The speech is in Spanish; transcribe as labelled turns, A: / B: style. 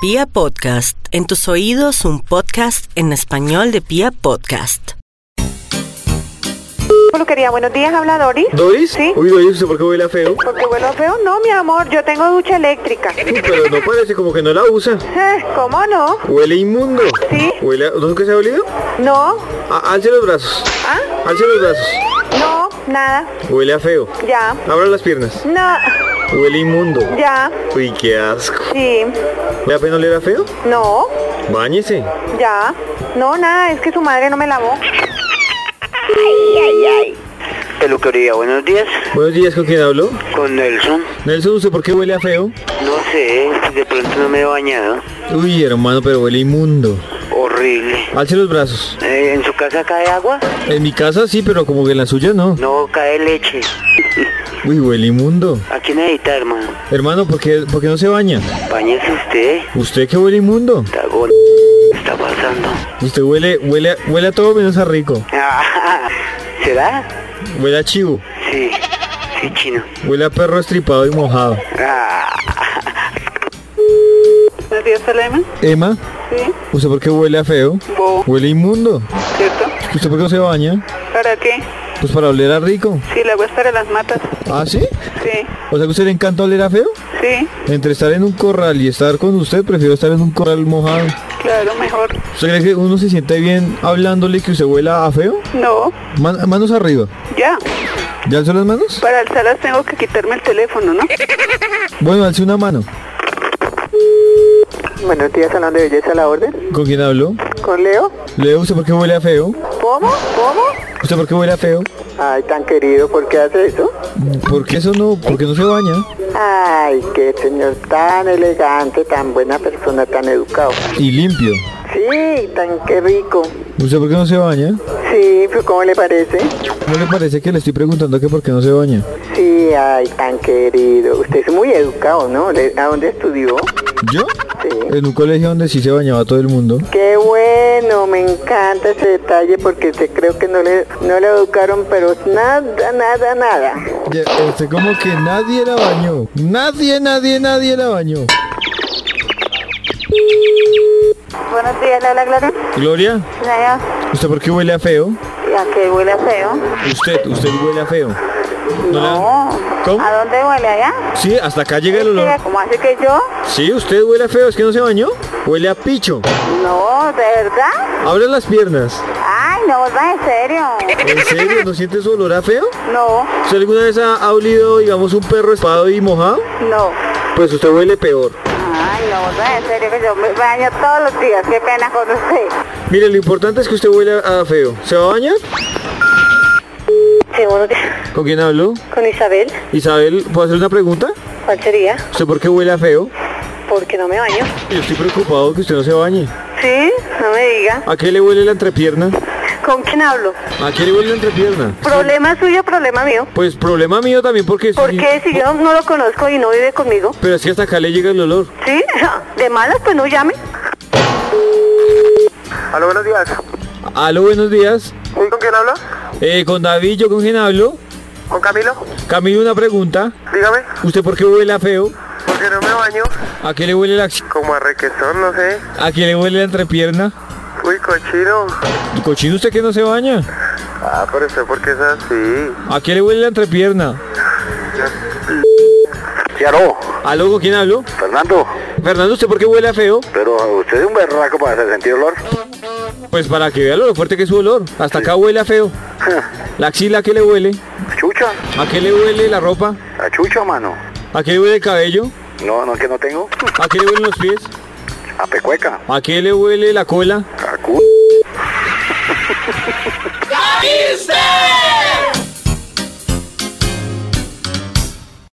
A: Pia Podcast, en tus oídos un podcast en español de Pia Podcast.
B: Peluquería, buenos días, habla Doris.
C: ¿Doris?
B: Sí.
C: Uy, Doris, ¿usted por qué huele a feo?
B: Porque huelo feo, no, mi amor, yo tengo ducha eléctrica.
C: Uy, pero no parece como que no la usa.
B: Eh, ¿Cómo no?
C: Huele inmundo.
B: Sí.
C: Huele a... ¿Nunca se ha olido?
B: No,
C: A- alce los brazos.
B: ¿ah?
C: Alce los brazos.
B: No, nada,
C: Huele a feo.
B: ya,
C: Abra las piernas.
B: no,
C: Huele inmundo.
B: ya,
C: Uy, qué asco.
B: sí,
C: ¿Le da pena oler a feo?
B: no,
C: Báñese.
B: ya, no, nada, es que su madre no me lavó.
D: Peluquería, buenos días.
C: Buenos días, ¿con quién hablo?
D: Con Nelson.
C: Nelson, ¿usted por qué huele a feo?
D: No sé, de pronto no me he bañado.
C: Uy, hermano, pero huele inmundo.
D: Horrible.
C: Alce los brazos.
D: Eh, ¿En su casa cae agua?
C: En mi casa sí, pero como que en la suya no.
D: No, cae leche.
C: Uy, huele inmundo.
D: ¿A quién edita, hermano?
C: Hermano, ¿por qué, por qué no se baña?
D: Bañese usted.
C: ¿Usted que huele inmundo?
D: Tagón. está pasando?
C: Usted huele, huele, a- huele a todo menos a rico.
D: Ah, ¿Será?
C: Huele a chivo.
D: Sí. Sí, chino.
C: Huele a perro estripado y mojado.
D: Ah,
B: Buenos días, Selena.
C: Emma,
B: Sí,
C: ¿usted por qué huele a feo?
B: bo,
C: Huele inmundo.
B: ¿cierto?
C: ¿Usted por qué no se baña?
B: ¿Para qué?
C: Pues para oler a rico.
B: Sí, la voy a para las matas.
C: ¿Ah, sí?
B: Sí,
C: O sea que a usted le encanta oler a feo.
B: sí,
C: Entre estar en un corral y estar con usted, prefiero estar en un corral mojado.
B: claro, mejor.
C: ¿Usted cree que uno se siente bien hablándole que usted huela a feo?
B: No,
C: Man- manos arriba.
B: ya,
C: ¿Ya alzó las manos?
B: para alzarlas tengo que quitarme el teléfono, ¿no?
C: Bueno, alce una mano.
B: Buenos días, Salón de Belleza, la orden.
C: ¿Con quién habló?
B: ¿Con Leo?
C: Leo, ¿usted por qué huele a feo?
B: ¿Cómo? ¿Cómo?
C: ¿Usted por qué huele a feo?
B: Ay, tan querido, ¿por qué hace eso?
C: ¿Por qué eso no? ¿Por qué no se baña?
B: Ay, qué señor tan elegante, tan buena persona, tan educado.
C: Y limpio.
B: Sí, tan qué rico.
C: ¿Usted por qué no se baña?
B: Sí, pero ¿cómo le parece?
C: ¿No le parece que le estoy preguntando que por qué no se baña?
B: Sí, ay, tan querido. Usted es muy educado, ¿no? ¿Le- ¿A dónde estudió?
C: ¿Yo?
B: Sí.
C: En un colegio donde sí se bañaba todo el mundo.
B: Qué bueno, me encanta ese detalle porque te creo que no le, no le educaron, pero nada, nada, nada.
C: Ya, este, como que nadie la bañó. Nadie, nadie, nadie la bañó.
B: Buenos días, Lola Gloria.
C: Gloria,
B: ¿Y
C: ¿usted por qué huele a feo?
B: a qué huele feo?
C: Usted, usted huele a feo. ¿No le- ¿Cómo?
B: ¿A dónde huele allá?
C: Sí, hasta acá llega el olor.
B: ¿Cómo hace que yo?
C: Sí, usted huele a feo, es que no se bañó. Huele a picho.
B: No, ¿de verdad?
C: Abra las piernas.
B: Ay, no, ¿verdad? ¿En serio?
C: ¿En serio? ¿No siente su olor a feo?
B: No,
C: ¿Usted alguna vez ha, ha olido, digamos, un perro espado y mojado?
B: no.
C: Pues usted huele peor.
B: Ay, no, ¿verdad? ¿En serio que yo me baño todos los días? Qué pena con usted.
C: Mire, lo importante es que usted huele a feo. ¿Se va a bañar?
B: Sí, buenos días.
C: ¿Con quién hablo?
B: Con Isabel,
C: Isabel, ¿puedo hacer una pregunta?
B: ¿cuál sería?
C: ¿Usted por qué huele a feo?
B: Porque no me baño.
C: Yo estoy preocupado que usted no se bañe.
B: Sí, no me diga.
C: ¿A qué le huele la entrepierna?
B: ¿Con quién hablo?
C: ¿A qué le huele la entrepierna?
B: ¿Problema suyo, problema mío?
C: Pues problema mío también porque...
B: ¿Por qué si yo no lo conozco y no vive conmigo?
C: Pero es que hasta acá le llega el olor.
B: ¿Sí? ¿De malas? Pues no llame.
D: Aló, buenos días.
C: Aló, buenos días.
D: ¿Con quién habla?
C: Eh, con David, ¿yo con quién hablo?
D: ¿Con Camilo?
C: Camilo, una pregunta.
D: Dígame.
C: ¿Usted por qué huele a feo?
D: Porque no me baño.
C: ¿A qué le huele la...
D: Como a requesón, no sé.
C: ¿A qué le huele la entrepierna?
D: Uy, cochino.
C: Cochino, ¿usted que no se baña?
D: Ah, pero usted porque es así.
C: ¿A qué le huele la entrepierna?
D: Ya no,
C: ¿Aló, con quién hablo?
D: Fernando.
C: Fernando, ¿usted por qué huele a feo?
D: Pero usted es un berraco para hacer sentir olor.
C: Pues para que vea lo fuerte que es su olor. Hasta acá huele a feo. La axila, ¿a qué le huele?
D: Chucha,
C: ¿A qué le huele la ropa?
D: a chucha, mano.
C: ¿A qué le huele el cabello?
D: No, no, que no tengo.
C: ¿A qué le huelen los pies?
D: A pecueca,
C: ¿A qué le huele la cola?
D: a cu.